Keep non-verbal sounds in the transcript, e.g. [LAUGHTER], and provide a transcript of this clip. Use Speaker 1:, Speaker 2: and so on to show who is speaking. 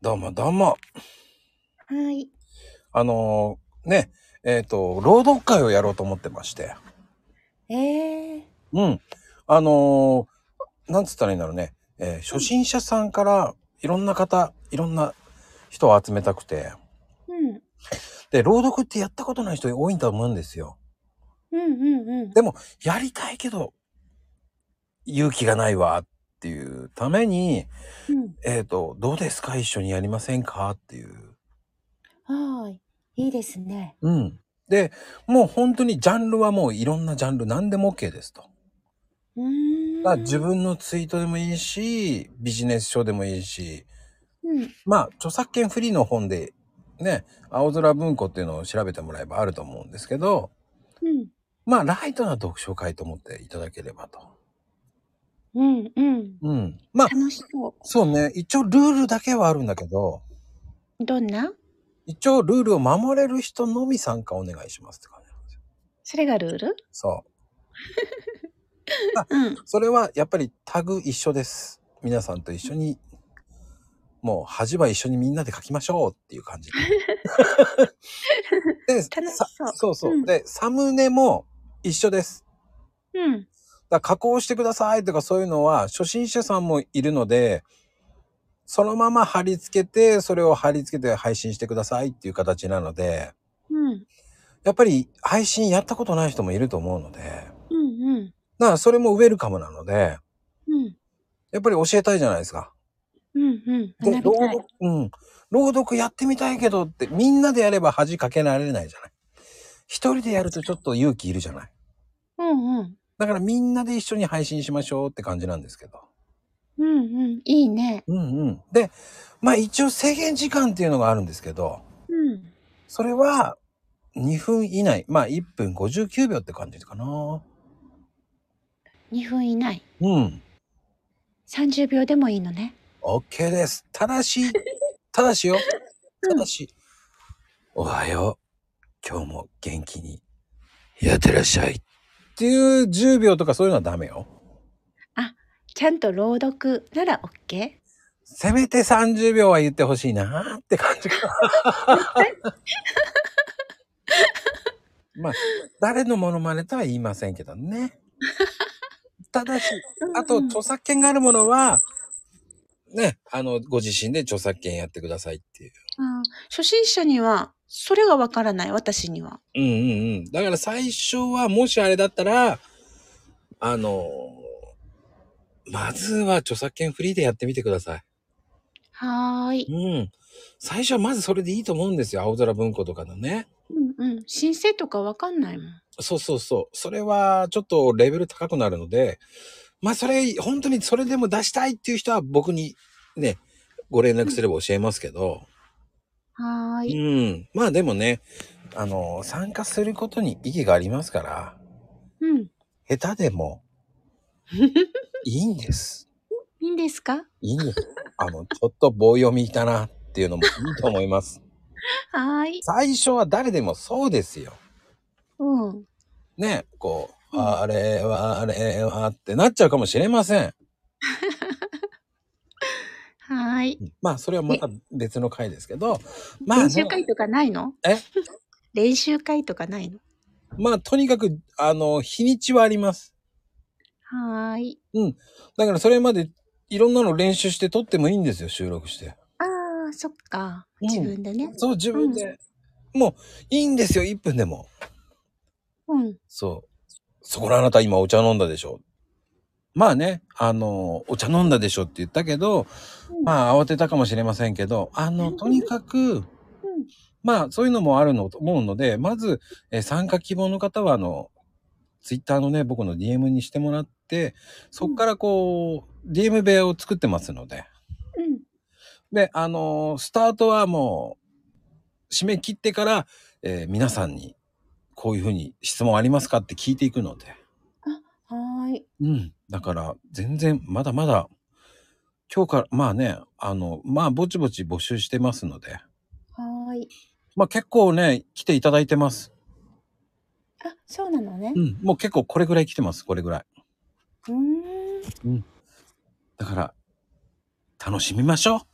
Speaker 1: どうもどうも。
Speaker 2: はい。
Speaker 1: あのーね、えっ、と、朗読会をやろうと思ってまして。
Speaker 2: ええ
Speaker 1: うん。あのーなんつったらいいんだろうね。えー初心者さんからいろんな方、いろんな人を集めたくて。
Speaker 2: うん。
Speaker 1: で、朗読ってやったことない人多いと思うんですよ。
Speaker 2: うんうんうん。
Speaker 1: でも、やりたいけど、勇気がないわっていうために、
Speaker 2: うん。
Speaker 1: えっ、と、どうですか一緒にやりませんかっていう。
Speaker 2: はーい。いいですね。
Speaker 1: うん。で、もう本当にジャンルはもういろんなジャンル、何でも OK ですと。
Speaker 2: うーん。
Speaker 1: まあ自。分のツイートでもいいし、ビジネス書でもいいし、
Speaker 2: うん。
Speaker 1: まあ著作権フリーの本で、ね、青空文庫っていうのを調べてもらえばあると思うんですけど、
Speaker 2: うん。
Speaker 1: まあライトな読書会と思っていただければと。
Speaker 2: うんうん。
Speaker 1: うん。まあ、
Speaker 2: 楽しそ
Speaker 1: そうね、一応ルールだけはあるんだけど、
Speaker 2: う。どんな
Speaker 1: 一応ルールを守れる人のみ参加お願いしますって感じなんですよ。
Speaker 2: それがルール
Speaker 1: そう。
Speaker 2: うん。
Speaker 1: それはやっぱりタグ一緒です。皆さんと一緒に、もう恥は一緒にみんなで書きましょうっていう
Speaker 2: [LAUGHS]
Speaker 1: 感じ。でさ
Speaker 2: 楽しそう
Speaker 1: そうそう。
Speaker 2: うん
Speaker 1: で、サムネも一緒です。
Speaker 2: うん。
Speaker 1: だから加工してくださいとかそういうのは初心者さんもいるので、そのまま貼り付けて、それを貼り付けて配信してくださいっていう形なので、
Speaker 2: うん。
Speaker 1: やっぱり配信やったことない人もいると思うので、
Speaker 2: うんうん。
Speaker 1: だからそれもウェルカムなので、
Speaker 2: うん。
Speaker 1: やっぱり教えたいじゃないですか。
Speaker 2: うんうん。
Speaker 1: で
Speaker 2: 学びたい。
Speaker 1: うん。朗読やってみたいけどって、みんなでやれば恥かけられないじゃない。一人でやるとちょっと勇気いるじゃない。
Speaker 2: うんうん。
Speaker 1: だからみんなで一緒に配信しましょうって感じなんですけど。
Speaker 2: うんうん。いいね。
Speaker 1: うんうん。で、まあ一応制限時間っていうのがあるんですけど、
Speaker 2: うん。
Speaker 1: それは2分以内、まあ1分59秒って感じかな。
Speaker 2: 2分以内。
Speaker 1: うん。
Speaker 2: 30秒でもいいのね。
Speaker 1: OK です。ただ
Speaker 2: [LAUGHS]
Speaker 1: し、ただしよ。
Speaker 2: う
Speaker 1: た
Speaker 2: ん
Speaker 1: だし、おはよう。今日も元気にやってらっしゃい。っていう10秒とかそういうのはダメよ。
Speaker 2: ちゃんと朗読なら OK?
Speaker 1: せめて30秒は言ってほしいなーって感じかな。まあ、誰のモノマネとは言いませんけどね。ただし、あと著作権があるものは、ね、あの、ご自身で著作権やってくださいっていう。
Speaker 2: うん初心者にはそれがわからない私には。
Speaker 1: うんうんうん。だから最初は、もしあれだったら、あの、まずは著作権フリーでやってみてください。
Speaker 2: はーい。
Speaker 1: うん。最初はまずそれでいいと思うんですよ。青空文庫とかのね。
Speaker 2: うんうん。申請とかわかんないもん。
Speaker 1: そうそうそう。それはちょっとレベル高くなるので、まあそれ、本当にそれでも出したいっていう人は僕にね、ご連絡すれば教えますけど、
Speaker 2: はー
Speaker 1: う
Speaker 2: い。
Speaker 1: ん。まあでもね、あの、参加することに意義がありますから、
Speaker 2: うん。
Speaker 1: 下手でもいいんです。
Speaker 2: いいんですか
Speaker 1: いいんです。あの、ちょっと棒読みいたなっていうのもいいと思います。
Speaker 2: はーい。
Speaker 1: 最初は誰でもそうですよ。
Speaker 2: うん。
Speaker 1: ね、こう、
Speaker 2: うん
Speaker 1: あれは、あれはってなっちゃうかもしれません。
Speaker 2: はーい。
Speaker 1: まあそれはまた別の回ですけど、まあ、
Speaker 2: 練習
Speaker 1: ね、
Speaker 2: 会とかないの
Speaker 1: え
Speaker 2: 練習会とかないの
Speaker 1: まあとにかく、あの、日にちはあります。
Speaker 2: はーい。
Speaker 1: だからそれまでいろんなの練習して撮ってもいいんですよ、収録して。
Speaker 2: あー、そっか。
Speaker 1: うん
Speaker 2: 自分でね。
Speaker 1: そう、自分で。もういいんですよ、1分でも。
Speaker 2: うん。
Speaker 1: そう。そこらあなた今お茶飲んだでしょ。まあね、あの、お茶飲んだでしょって言ったけど、
Speaker 2: うん
Speaker 1: まあ慌てたかもしれませんけど、あの、とにかく、
Speaker 2: うん
Speaker 1: まあそういうのもあるのと思うので、まず、えー参加希望の方は、あの、ツイッターのね、僕の DM にしてもらって、そっからこう、DM 部屋を作ってますので。
Speaker 2: うん。
Speaker 1: で、あのースタートはもう、締め切ってから、えー皆さんに、こういうふうに質問ありますかって聞いていくので。
Speaker 2: はーい。
Speaker 1: うん。だから、全然、まだまだ、今日から、まあね、あの、まあ、ぼちぼち募集してますので。
Speaker 2: はーい。
Speaker 1: まあ、結構ね、来ていただいてます。
Speaker 2: あ、そうなのね
Speaker 1: う。ん。もう結構これぐらい来てます、これぐらい。
Speaker 2: うーん。
Speaker 1: だから、楽しみましょう。